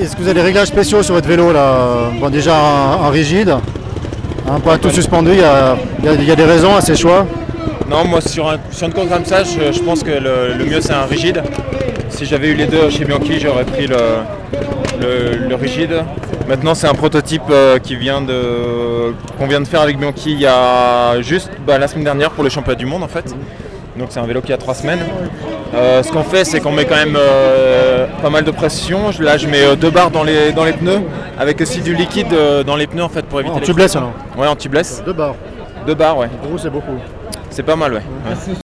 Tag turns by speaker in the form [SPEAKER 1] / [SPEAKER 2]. [SPEAKER 1] Est-ce que vous avez des réglages spéciaux sur votre vélo là Bon déjà en, en rigide, hein, pas tout suspendu, il y a, il y a- il y a des raisons à ces choix.
[SPEAKER 2] Non, moi sur, un, sur une course comme ça, je, je pense que le, le mieux c'est un rigide. Si j'avais eu les deux chez Bianchi, j'aurais pris le, le- le rigide. Maintenant, c'est un prototype euh, qui vient de qu'on vient de faire avec Bianchi il y a juste bah, la semaine dernière pour le championnat du monde en fait. Donc c'est un vélo qui a trois semaines. Euh, ce qu'on fait, c'est qu'on met quand même euh, pas mal de pression. Je- Là, je mets euh, deux barres dans les, dans les pneus, avec aussi du liquide euh, dans les pneus en fait pour éviter.
[SPEAKER 1] Ah, En
[SPEAKER 2] les-
[SPEAKER 1] tubeless alors
[SPEAKER 2] Ouais, en tubeless.
[SPEAKER 1] Deux barres.
[SPEAKER 2] Deux barres, ouais.
[SPEAKER 1] Pour vous c'est beaucoup.
[SPEAKER 2] C'est pas mal, ouais. Ouais.